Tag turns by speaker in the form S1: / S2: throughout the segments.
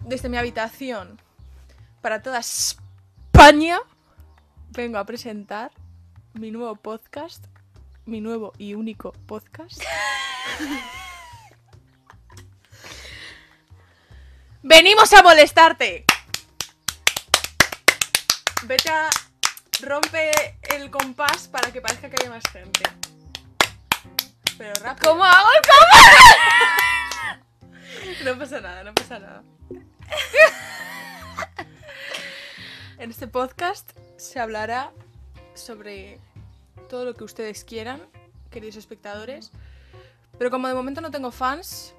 S1: desde mi habitación para toda España, vengo a presentar mi nuevo podcast, mi nuevo y único podcast. Venimos a molestarte. Vete a... Rompe el compás para que parezca que haya más gente. Pero rápido.
S2: ¿Cómo hago el co-
S1: No pasa nada, no pasa nada. en este podcast se hablará sobre todo lo que ustedes quieran, queridos espectadores. Pero como de momento no tengo fans.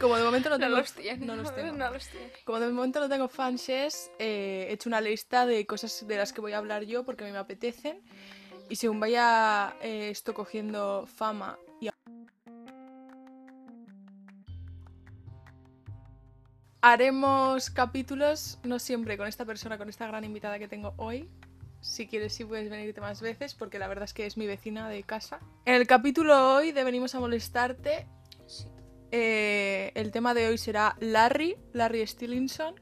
S1: como de momento no
S2: No
S1: tengo.
S2: los tiene.
S1: no los tengo.
S2: No los tiene.
S1: Como de momento no tengo fanses, eh, he hecho una lista de cosas de las que voy a hablar yo porque a mí me apetecen. Y según vaya eh, esto cogiendo fama y a- haremos capítulos, no siempre con esta persona, con esta gran invitada que tengo hoy. Si quieres, sí puedes venirte más veces porque la verdad es que es mi vecina de casa. En el capítulo hoy de Venimos a molestarte eh, el tema de hoy será Larry, Larry Stillinson.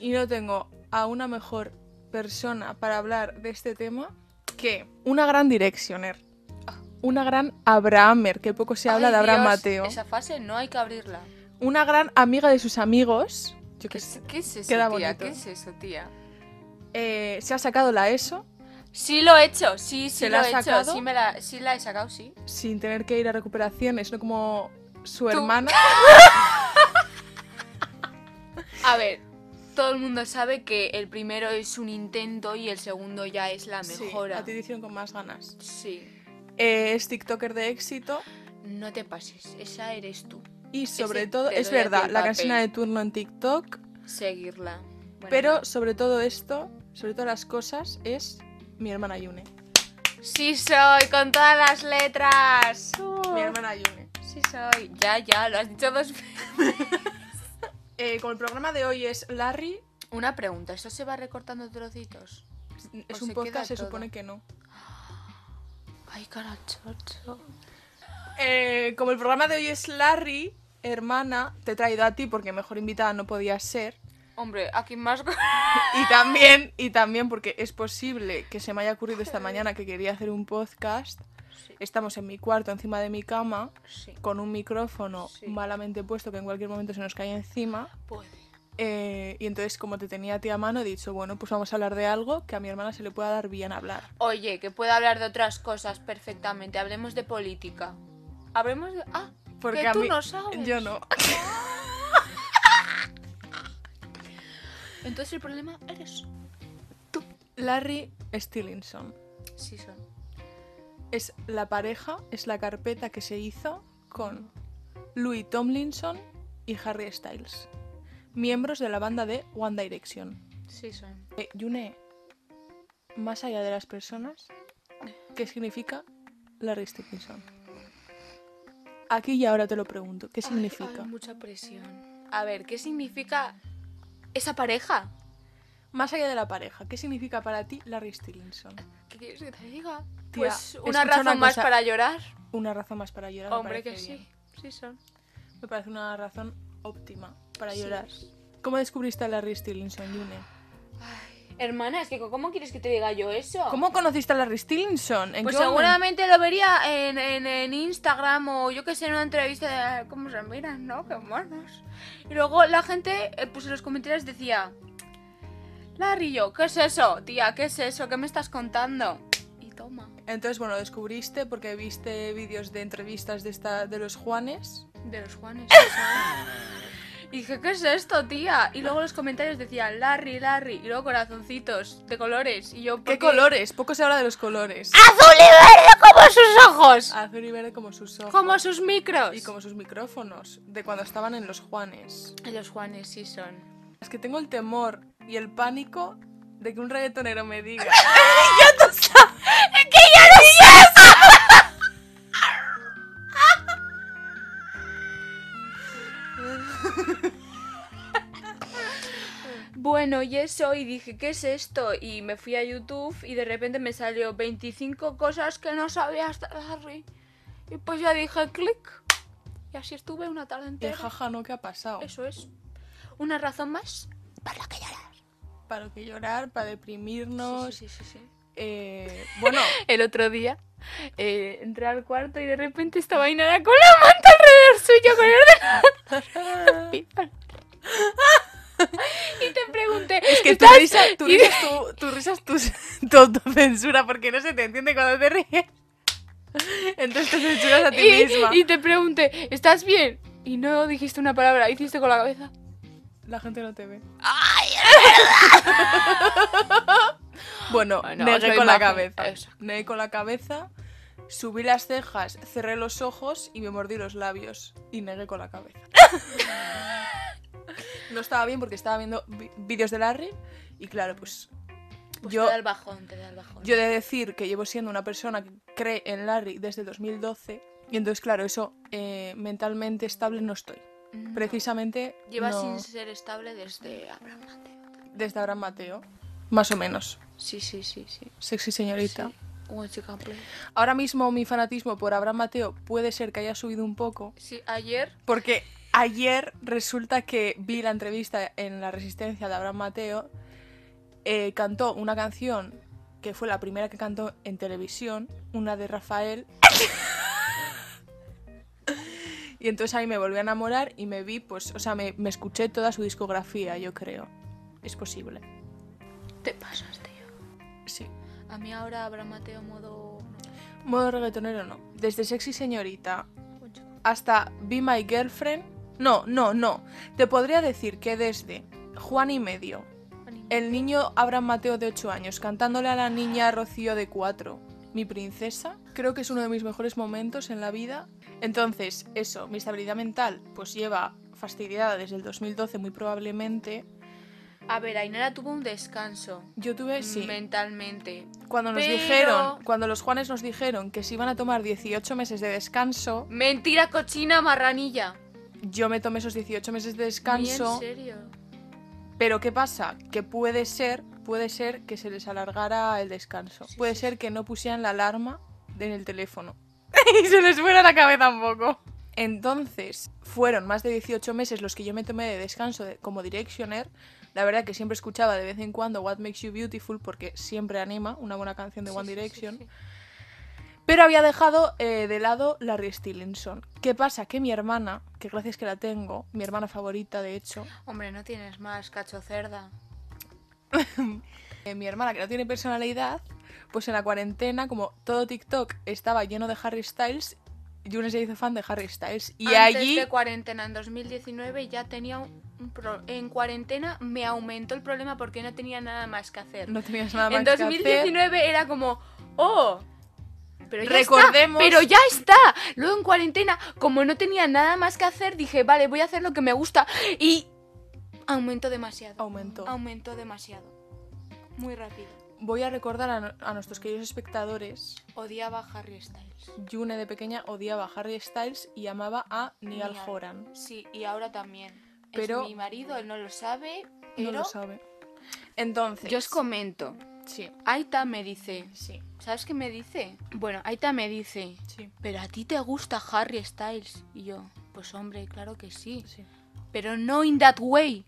S1: Y no tengo a una mejor persona para hablar de este tema que una gran directioner. Una gran Abrahamer, que poco se habla
S2: Ay,
S1: de Abraham
S2: Dios,
S1: Mateo.
S2: Esa fase no hay que abrirla.
S1: Una gran amiga de sus amigos. Yo
S2: ¿Qué,
S1: que sé.
S2: qué es eso,
S1: Queda
S2: tía?
S1: bonito.
S2: ¿Qué es eso, tía?
S1: Eh, se ha sacado la ESO
S2: Sí lo he hecho, sí, sí
S1: ¿Te
S2: lo
S1: la has
S2: he hecho.
S1: sacado?
S2: Sí, me la, sí la he sacado, sí.
S1: sin tener que ir a recuperaciones, no como su
S2: Tú.
S1: hermana.
S2: A ver, todo el mundo sabe que el primero es un intento y el segundo ya es la
S1: Sí,
S2: mejora.
S1: a ti te hicieron con más ganas.
S2: Sí.
S1: Eh, es TikToker de éxito.
S2: No te pases, esa eres tú.
S1: Y sobre
S2: Ese
S1: todo,
S2: te
S1: es
S2: doy a ti
S1: verdad,
S2: el
S1: la
S2: papel.
S1: canción de turno en TikTok.
S2: Seguirla. Bueno,
S1: Pero sobre todo esto, sobre todas las cosas, es mi hermana Yune.
S2: Sí soy, con todas las letras.
S1: Mi hermana Yune.
S2: Sí soy. Ya, ya, lo has dicho dos veces.
S1: Eh, como el programa de hoy es Larry,
S2: Una pregunta, ¿esto se va recortando trocitos?
S1: es
S2: Pues
S1: un
S2: se
S1: podcast, se
S2: queda todo.
S1: supone que no.
S2: Ay, cara chocho.
S1: Eh, como el programa de hoy es Larry, hermana, te he traído a ti porque mejor invitada no podía ser.
S2: Hombre, aquí más...
S1: Y también, y también porque es posible que se me haya ocurrido esta mañana que quería hacer un podcast.
S2: Sí,
S1: Estamos en mi cuarto, encima de mi cama,
S2: sí.
S1: con un micrófono
S2: Sí.
S1: malamente puesto que en cualquier momento se nos cae encima.
S2: Puede.
S1: Eh, y entonces, como te tenía a ti a mano, he dicho, bueno, pues vamos a hablar de algo que a mi hermana se le pueda dar bien hablar.
S2: Oye, que puedo hablar de otras cosas perfectamente. Hablemos de política. Hablemos de... Ah,
S1: Porque
S2: que
S1: a
S2: tú
S1: mí-
S2: no sabes.
S1: Yo no.
S2: Entonces el problema eres...
S1: Larry Stillinson.
S2: Sí, son.
S1: Es la pareja, es la carpeta que se hizo con Louis Tomlinson y Harry Styles, miembros de la banda de One Direction.
S2: Sí, son.
S1: Eh, Yune, más allá de las personas, ¿qué significa Larry Stillinson? Aquí y ahora te lo pregunto, ¿qué significa?
S2: Hay mucha presión. A ver, ¿qué significa esa pareja?
S1: Más allá de la pareja, ¿qué significa para ti Larry Stillinson?
S2: ¿Qué quieres que te diga?
S1: Tía,
S2: Pues una
S1: escucha
S2: razón
S1: una
S2: más
S1: cosa.
S2: para llorar.
S1: Una razón más para llorar. me
S2: Hombre, que
S1: parece
S2: sí.
S1: bien.
S2: Sí, son.
S1: Me parece una razón óptima para
S2: Sí.
S1: llorar. ¿Cómo descubriste a Larry Stillinson, Yune?
S2: Hermana, es que ¿cómo quieres que te diga yo eso?
S1: ¿Cómo conociste a Larry Stillinson? ¿En
S2: Pues
S1: qué momento?
S2: seguramente lo vería en, en- en Instagram o yo que sé, en una entrevista de cómo se miran, ¿no? Qué monos. Y luego la gente, eh, pues en los comentarios decía, Larry, yo, ¿qué es eso? Tía, ¿qué es eso? ¿Qué me estás contando? Y toma,
S1: Entonces, bueno, lo descubriste porque viste vídeos de entrevistas de, esta, de los Juanes.
S2: de los Juanes. eso. Y dije, ¿qué es esto, tía? Y luego los comentarios decían, Larry, Larry. Y luego corazoncitos de colores. Y yo,
S1: ¿Qué
S2: porque-
S1: colores? Poco se habla de los colores.
S2: ¡Azul y verde como sus ojos!
S1: Azul y verde como sus ojos.
S2: Como sus micros.
S1: Ah, Y como sus micrófonos, de cuando estaban en los Juanes.
S2: Y Los Juanes sí son.
S1: Es que tengo el temor y el pánico de que un reggaetonero me diga.
S2: ¡Que ya no Bueno, y eso, y dije, ¿qué es esto? Y me fui a YouTube y de repente me salió 25 cosas que no sabía hasta Larry. Y pues ya dije, clic, Y así estuve una tarde
S1: El
S2: entera.
S1: jaja no, ¿qué ha pasado?
S2: Eso es. Una razón más para la que llorar.
S1: Para que llorar, para deprimirnos.
S2: Sí, sí, sí, sí, sí.
S1: eh, bueno,
S2: El otro día eh, entré al cuarto y de repente estaba Inara con la manta alrededor suyo con el hospital. y te pregunté,
S1: es que tu
S2: ¿estás-
S1: risa, tu
S2: y-
S1: risa es tu, tu, risa es tu- tu autocensura porque no se te entiende cuando te ríes. Entonces te censuras a ti
S2: y-
S1: misma.
S2: y te pregunté, ¿estás bien? Y no dijiste una palabra, hiciste con la cabeza.
S1: La gente no te ve. bueno,
S2: Bueno, os
S1: negué
S2: doy
S1: con la
S2: imagen,
S1: cabeza.
S2: eso.
S1: Negué con la cabeza, subí las cejas, cerré los ojos y me mordí los labios. Y negué con la cabeza. no estaba bien porque estaba viendo vi- vídeos de Larry y claro, pues... yo,
S2: te da el bajón, te da el bajón.
S1: yo he de decir que llevo siendo una persona que cree en Larry desde 2012 y entonces claro, eso eh, mentalmente estable no estoy.
S2: No.
S1: Precisamente...
S2: Llevas
S1: no.
S2: sin ser estable desde Abraham Mateo.
S1: Desde Abraham Mateo. Más o menos.
S2: Sí, sí, sí, sí.
S1: Sexy señorita.
S2: Sí. One second, please.
S1: Ahora mismo mi fanatismo por Abraham Mateo puede ser que haya subido un poco.
S2: Sí, ayer
S1: Porque ayer resulta que vi la entrevista en La Resistencia de Abraham Mateo. eh, cantó una canción que fue la primera que cantó en televisión. Una de Rafael. Y entonces ahí me volví a enamorar y me vi, pues, o sea, me, me escuché toda su discografía, yo creo. Es posible.
S2: te pasas, tío.
S1: Sí.
S2: A mí ahora Abraham Mateo modo...
S1: Modo reggaetonero no. Desde Sexy Señorita hasta Be My Girlfriend. No, no, no. Te podría decir que desde Juan y Medio, el niño Abraham Mateo de 8 años cantándole a la niña Rocío de 4, mi princesa, creo que es uno de mis mejores momentos en la vida. Entonces, eso, mi estabilidad mental, pues lleva fastidiada desde el 2012 muy probablemente.
S2: A ver, Ainara tuvo un descanso
S1: Yo tuve, Eh, sí,
S2: mentalmente.
S1: cuando nos
S2: pero-
S1: dijeron, cuando los Juanes nos dijeron que se iban a tomar 18 meses de descanso,
S2: Mentira cochina marranilla.
S1: Yo me tomé esos 18 meses de
S2: Ni
S1: descanso,
S2: En serio.
S1: pero ¿qué pasa? Que puede ser, puede ser que se les alargara el descanso.
S2: Sí,
S1: puede
S2: sí,
S1: ser que no pusieran la alarma en el teléfono. y se les fuera la cabeza un poco. Entonces, fueron más de 18 meses los que yo me tomé de descanso de- como directioner. La verdad que siempre escuchaba de vez en cuando What Makes You Beautiful porque siempre anima una buena canción de
S2: Sí,
S1: One
S2: sí, sí,
S1: Direction.
S2: sí.
S1: Pero había dejado eh, de lado Larry Stillinson. ¿Qué pasa? Que mi hermana, que gracias que la tengo, mi hermana favorita de hecho,
S2: Hombre, no tienes más, cacho cerda.
S1: eh, mi hermana que no tiene personalidad, pues en la cuarentena, como todo TikTok estaba lleno de Harry Styles, June se hizo fan de Harry Styles. Y
S2: Antes
S1: allí...
S2: de cuarentena, en 2019, ya tenía un... un pro- En cuarentena me aumentó el problema porque no tenía nada más que hacer.
S1: No tenías nada más
S2: en
S1: que hacer.
S2: 2019 era como, oh, pero ya
S1: Recordemos-
S2: está, pero ya está. Luego en cuarentena, como no tenía nada más que hacer, dije, vale, voy a hacer lo que me gusta y aumentó demasiado.
S1: Aumentó.
S2: Aumentó demasiado. Muy rápido.
S1: Voy a recordar a, no- a nuestros queridos espectadores,
S2: Odiaba a Harry Styles.
S1: June de pequeña odiaba a Harry Styles y amaba a Neil
S2: Niall.
S1: Horan.
S2: Sí, y ahora también.
S1: Pero-
S2: es mi marido, él no lo sabe, pero
S1: No lo sabe. Entonces...
S2: yo os comento.
S1: Sí,
S2: Aita me dice,
S1: sí,
S2: ¿sabes qué me dice? Bueno, Aita me dice,
S1: sí,
S2: ¿Pero a ti te gusta Harry Styles? Y yo, pues hombre, claro que sí.
S1: sí.
S2: Pero no in that way.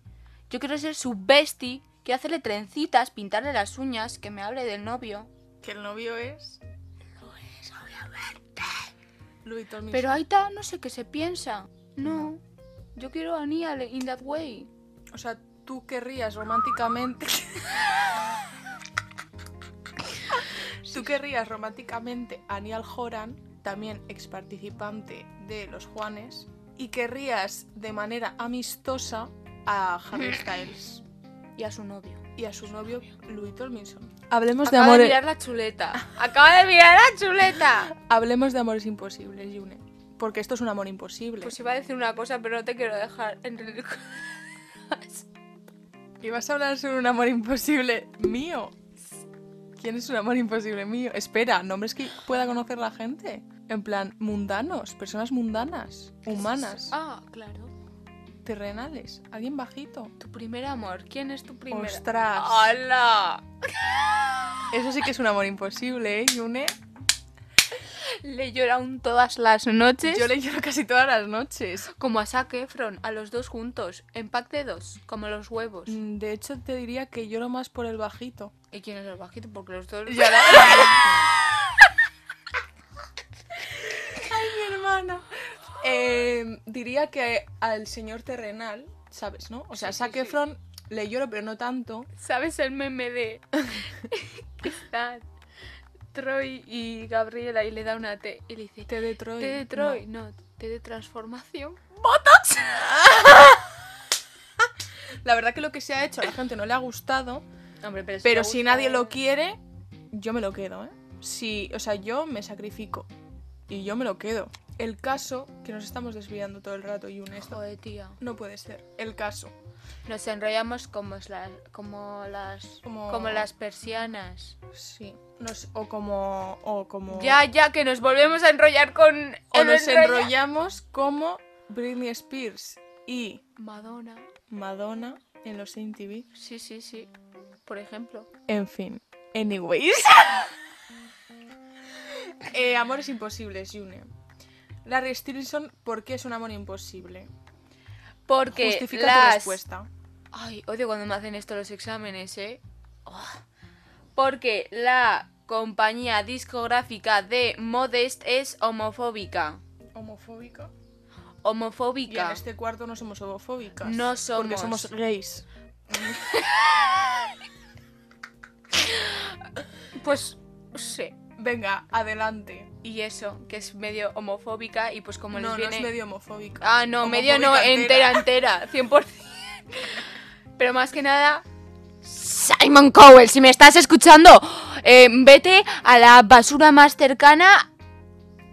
S2: Yo quiero ser su bestie, quiero hacerle trencitas, pintarle las uñas, que me hable del novio.
S1: Que el novio es... Louis Tomlinson.
S2: Pero Aita no sé qué se piensa. No, yo quiero a Nia in that way.
S1: O sea, tú querrías románticamente. tú querrías románticamente a Niall Horan, también ex participante de Los Juanes, y querrías de manera amistosa a Harry Styles
S2: Y a su novio.
S1: y a su novio Louis Tomlinson. Hablemos
S2: Acaba de mirar la chuleta. Acaba de mirar la chuleta.
S1: hablemos de amores imposibles, June, porque esto es un amor imposible.
S2: Pues iba a decir una cosa, pero no te quiero dejar en el...
S1: ¿Y vas a hablar sobre un amor imposible mío? ¿Quién es un amor imposible mío? Espera, nombres que pueda conocer la gente. En plan, mundanos, personas mundanas, humanas,
S2: Ah, claro.
S1: terrenales, alguien bajito.
S2: Tu primer amor. ¿Quién es tu primer
S1: ¡Ostras!
S2: ¡Hala!
S1: Eso sí que es un amor imposible, ¿eh, Yune?
S2: Le lloran todas las noches.
S1: Yo le lloro casi todas las noches.
S2: Como a Zac Efron, a los dos juntos. Empacte dos, como los huevos.
S1: Mm, De hecho, te diría que lloro más por el bajito.
S2: ¿Y quién es el bajito? Porque los dos...
S1: Ay, mi hermana. Eh, diría que al señor terrenal, ¿sabes, no? O sea,
S2: Sí, sí,
S1: Zac
S2: sí.
S1: Efron le lloro, pero no tanto.
S2: ¿Sabes el meme de que están Troy y Gabriela y le da una T y le dice
S1: Te de Troy.
S2: T de
S1: no.
S2: Troy, no, T de transformación.
S1: La verdad que lo que se ha hecho a la gente no le ha gustado,
S2: Hombre, pero,
S1: pero si nadie lo quiere, yo me lo quedo, ¿eh? Si, o sea, yo me sacrifico y yo me lo quedo. El caso, que nos estamos desviando todo el rato y un esto,
S2: Joder, tía.
S1: no puede ser. El caso.
S2: Nos enrollamos como es la- como las
S1: Como-
S2: como las persianas.
S1: Sí. Nos- o como. O como.
S2: Ya, ya que nos volvemos a enrollar con
S1: o
S2: el
S1: nos
S2: enrolla-
S1: enrollamos como Britney Spears y
S2: Madonna.
S1: Madonna en los MTV.
S2: Sí, sí, sí. Por ejemplo.
S1: En fin. Anyways. Eh, amores imposibles, June. Larry Stilson, ¿por qué es un amor imposible?
S2: Porque
S1: Justifica tu
S2: las
S1: respuesta.
S2: Ay, odio cuando me hacen esto los exámenes, ¿eh? Ugh. Porque la compañía discográfica de Modest es homofóbica.
S1: ¿Homofóbica? Y en
S2: Homofóbica.
S1: este cuarto no somos homofóbicas.
S2: No somos.
S1: Porque somos gays.
S2: Pues sí.
S1: Venga, adelante.
S2: Y eso, que es medio homofóbica y pues como
S1: no,
S2: les viene...
S1: no es medio homofóbica.
S2: Ah, no, medio no,
S1: Homofóbica
S2: entera, entera, 100%. Pero más que nada... Simon Cowell, si me estás escuchando, eh, vete a la basura más cercana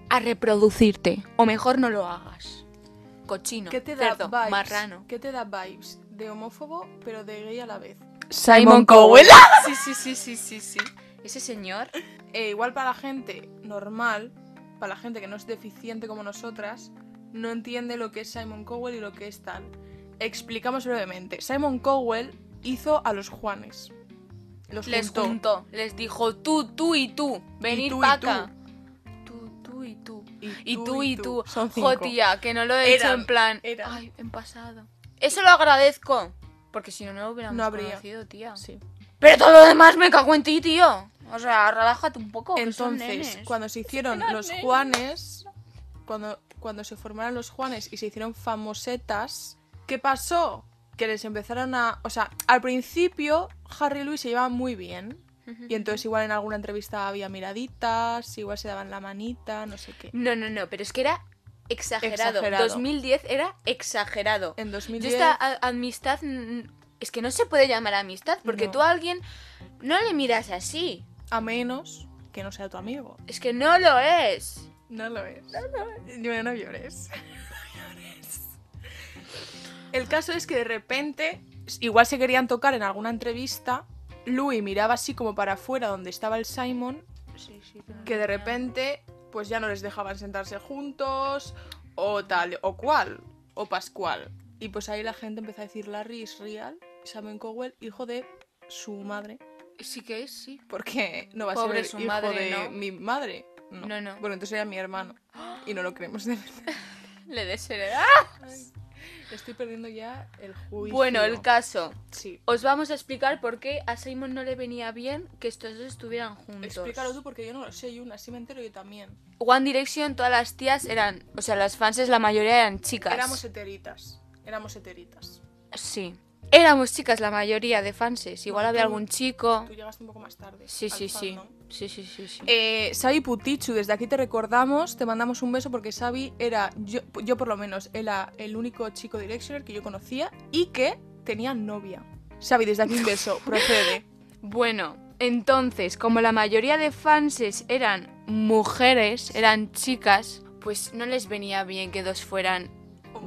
S2: a reproducirte. O mejor no lo hagas. Cochino,
S1: ¿Qué te da
S2: cerdo,
S1: vibes?
S2: marrano.
S1: ¿Qué te da vibes? De homófobo, pero de gay a la vez.
S2: Simon Cowell. Sí, sí, sí, sí, sí, sí. Ese señor...
S1: E igual para la gente normal, para la gente que no es deficiente como nosotras, no entiende lo que es Simon Cowell y lo que es tal. Explicamos brevemente. Simon Cowell hizo a los Juanes. Los
S2: les
S1: juntó.
S2: juntó, les dijo tú, tú y tú, venid
S1: tú y
S2: pa' acá. Tú, tú y tú. Y tú y tú.
S1: Son cinco.
S2: Jo, tía, que no lo he hecho
S1: Eran,
S2: en plan.
S1: eran.
S2: Ay, en pasado. Eso lo agradezco. Porque si no, no lo hubiéramos
S1: No habría.
S2: conocido, tía.
S1: Sí.
S2: Pero todo lo demás me cago en ti, tío. O sea, relájate un poco. Oh, que son
S1: Entonces,
S2: nenes.
S1: cuando se hicieron
S2: eran
S1: los
S2: nenes.
S1: Juanes, cuando, cuando se formaron los Juanes y se hicieron famosetas, ¿qué pasó? Que les empezaron a... O sea, al principio Harry y Louis se llevaban muy bien. Y entonces igual en alguna entrevista había miraditas, igual se daban la manita, no sé qué.
S2: No, no, no, pero es que era exagerado.
S1: Exagerado.
S2: 2010 era exagerado.
S1: En
S2: Yo
S1: 2010...
S2: esta a- amistad mm, es que no se puede llamar amistad porque
S1: No.
S2: tú a alguien no le miras así.
S1: A menos que no sea tu amigo.
S2: Es que no lo es.
S1: No lo es. No lo es. No, llores. El caso es que de repente, igual se querían tocar en alguna entrevista, Louis miraba así como para afuera donde estaba el Simon, que de repente pues ya no les dejaban sentarse juntos, o tal, o cual, o pascual. Y pues ahí la gente empezó a decir Larry is real, Simon Cowell, hijo de su madre,
S2: Sí que es, sí.
S1: porque no va a
S2: Pobre
S1: ser
S2: su
S1: hijo
S2: madre,
S1: de
S2: ¿no?
S1: mi madre. No.
S2: No, no.
S1: Bueno, entonces era mi hermano. Y no lo creemos de verdad.
S2: Le desheredá.
S1: Estoy perdiendo ya el juicio.
S2: Bueno, el caso.
S1: Sí.
S2: Os vamos a explicar por qué a Simon no le venía bien que estos dos estuvieran juntos.
S1: Explícalo tú porque yo no lo sé, y una así me entero yo también.
S2: One Direction, todas las tías eran, o sea, las fans la mayoría eran chicas.
S1: Éramos heteritas. Éramos heteritas.
S2: sí. Éramos chicas la mayoría de fanses. Igual
S1: No,
S2: había
S1: tú-
S2: algún chico.
S1: Tú llegaste un poco más tarde.
S2: Sí,
S1: al
S2: sí, sí.
S1: fandom.
S2: Sí, sí, sí, sí.
S1: Eh, Sabi Putichu, desde aquí te recordamos, te mandamos un beso porque Sabi era, yo, yo por lo menos, era el único chico directioner que yo conocía y que tenía novia. Sabi, desde aquí un beso, procede.
S2: Bueno, entonces, como la mayoría de fanses eran mujeres, eran chicas, pues no les venía bien que dos fueran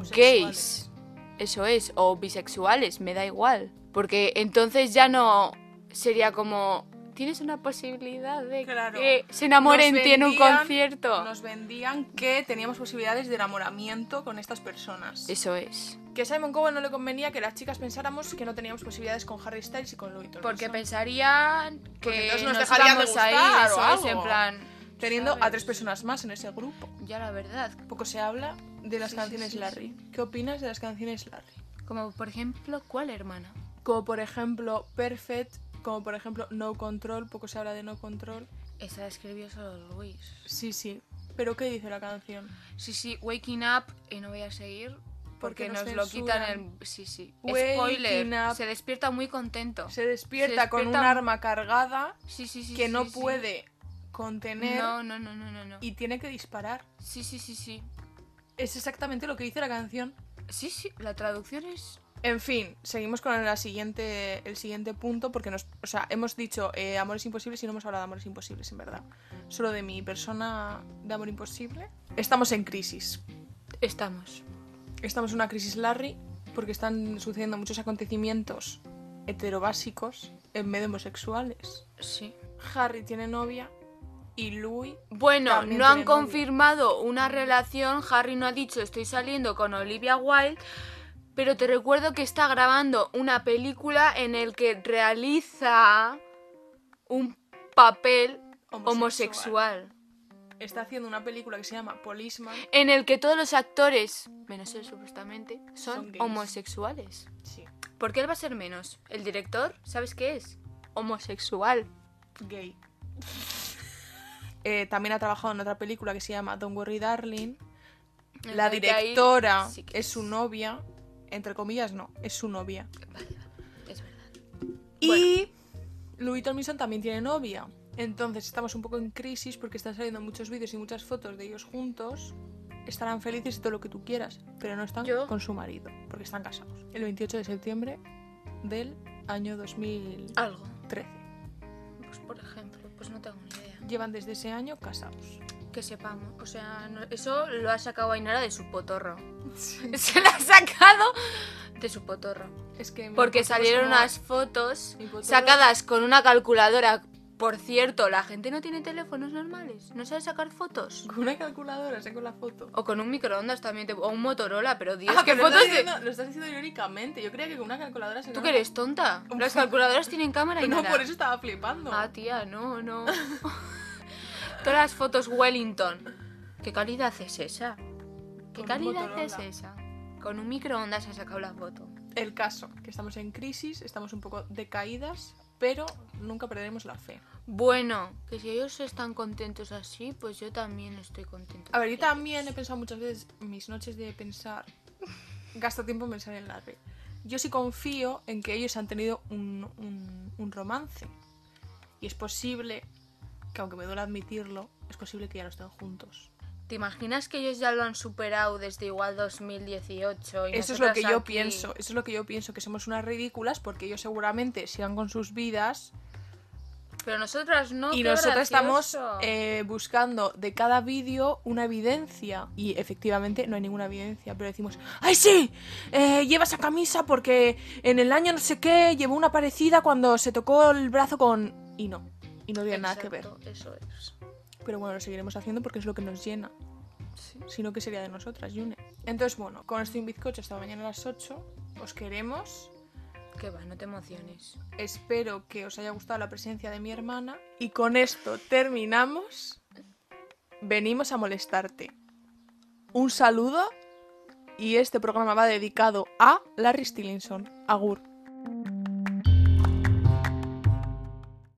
S1: Homosexuales.
S2: gays, eso es, o bisexuales, me da igual. Porque entonces ya no sería como, tienes una posibilidad de
S1: Claro.
S2: que se enamoren
S1: Nos
S2: en ti en un
S1: vendían-
S2: concierto.
S1: Nos vendían que teníamos posibilidades de enamoramiento con estas personas.
S2: Eso es.
S1: Que a Simon Cowell no le convenía que las chicas pensáramos que no teníamos posibilidades con Harry Styles y con Louis Tomlinson.
S2: Porque pensarían que
S1: entonces nos
S2: nos,
S1: dejarían de
S2: íbamos a ir,
S1: gustar o
S2: eso es,
S1: algo.
S2: en plan...
S1: Teniendo a
S2: ¿sabes?
S1: tres personas más en ese grupo.
S2: Ya la verdad.
S1: Poco se habla de las
S2: Sí, sí,
S1: canciones
S2: sí,
S1: Larry. ¿Qué opinas de las canciones Larry?
S2: Como por ejemplo, ¿cuál hermana?
S1: Como por ejemplo Perfect, como por ejemplo No Control, poco se habla de No Control.
S2: Esa la escribió solo Luis.
S1: Sí, sí. Pero ¿qué dice la canción?
S2: Sí, sí, Waking Up, y no voy a seguir porque,
S1: Porque
S2: nos
S1: nos
S2: lo quitan
S1: censuran.
S2: el... Sí, sí.
S1: Waking
S2: Spoiler.
S1: up.
S2: Se despierta muy contento.
S1: Se despierta, con un
S2: despierta-
S1: arma cargada
S2: Sí, sí, sí.
S1: que
S2: sí,
S1: no
S2: sí.
S1: puede contener
S2: No, no, no, no, no. no.
S1: y tiene que disparar.
S2: Sí, sí, sí, sí.
S1: Es exactamente lo que dice la canción.
S2: Sí, sí, la traducción es...
S1: En fin, seguimos con la siguiente, el siguiente punto porque nos, o sea, hemos dicho eh, amores imposibles y no hemos hablado de amores imposibles, en verdad. Solo de mi persona de amor imposible. Estamos en crisis.
S2: Estamos.
S1: Estamos en una crisis Larry porque están sucediendo muchos acontecimientos heterobásicos en vez de homosexuales.
S2: Sí.
S1: Harry tiene novia y Louis
S2: Bueno,
S1: También
S2: no han
S1: tiene novio.
S2: confirmado una relación. Harry no ha dicho estoy saliendo con Olivia Wilde, pero te recuerdo que está grabando una película en el que realiza un papel homosexual,
S1: está haciendo una película que se llama Policeman.
S2: en el que todos los actores, menos él supuestamente,
S1: Son
S2: son,
S1: gays.
S2: homosexuales.
S1: Sí,
S2: ¿Por qué él va a ser menos? El director, ¿sabes qué es? Homosexual.
S1: gay. Eh, también ha trabajado en otra película que se llama Don't Worry Darling. La
S2: Ahí-
S1: directora
S2: sí que
S1: es su novia. Entre comillas, no, es su novia.
S2: es verdad.
S1: Y Louis Tomlinson también tiene novia. Entonces estamos un poco en crisis porque están saliendo muchos vídeos y muchas fotos de ellos juntos. Estarán felices y todo lo que tú quieras, pero no están
S2: Yo-
S1: con su marido porque están casados. El 28 de septiembre del año 2013.
S2: Algo. Pues por ejemplo, pues no tengo ni idea.
S1: Llevan desde ese año casados.
S2: Que sepamos. O sea, no- eso lo ha sacado Ainara de su potorro. Se lo ha sacado de su potorro.
S1: Es que mi potorro pues
S2: Porque
S1: es
S2: salieron
S1: como-
S2: unas fotos
S1: mi potorro-
S2: sacadas con una calculadora. Por cierto, la gente no tiene teléfonos normales. No sabe sacar fotos.
S1: Con una calculadora, saco la foto.
S2: O con un microondas también. te- O un Motorola, pero Dios,
S1: Ah,
S2: ¿qué
S1: pero lo
S2: fotos
S1: estás
S2: de-
S1: diciendo- Lo estás diciendo irónicamente. Yo creía que con una calculadora se
S2: ¿Tú que eres tonta? Las calculadoras tienen cámara y
S1: No,
S2: nada.
S1: por eso estaba flipando.
S2: Ah, tía, no, no. Todas las fotos Wellington. ¿Qué calidad es esa? ¿Qué
S1: Con un
S2: calidad
S1: Motorola.
S2: es esa? Con un microondas ha sacado la foto.
S1: El caso, que estamos en crisis, estamos un poco decaídas, pero nunca perderemos la fe.
S2: Bueno, que si ellos están contentos así, pues yo también estoy contento.
S1: A ver, yo también he pensado muchas veces, mis noches de pensar, gasto tiempo en pensar en la red. Yo sí confío en que ellos han tenido un, un- un romance. Y es posible, que aunque me duele admitirlo, es posible que ya no estén juntos.
S2: ¿Te imaginas que ellos ya lo han superado desde igual 2018? y
S1: Eso es lo que yo
S2: nosotras aquí?
S1: pienso, eso es lo que yo pienso, que somos unas ridículas porque ellos seguramente sigan con sus vidas
S2: Pero nosotras no.
S1: y
S2: qué
S1: nosotros estamos
S2: gracioso.
S1: eh, buscando de cada vídeo una evidencia. Y efectivamente no hay ninguna evidencia, pero decimos, ¡ay sí! Eh, lleva esa camisa porque en el año no sé qué llevó una parecida cuando se tocó el brazo con... Y no, y no tiene nada que ver.
S2: Exacto, Eso es.
S1: Pero bueno, lo seguiremos haciendo porque es lo que nos llena.
S2: Sí.
S1: Sino que sería de nosotras, Yune. Entonces bueno, con esto y un bizcocho hasta mañana a las 8. Os queremos.
S2: Que va, no te emociones.
S1: Espero que os haya gustado la presencia de mi hermana. Y con esto terminamos. Venimos a molestarte. Un saludo. Y este programa va dedicado a Larry Stillinson. Agur.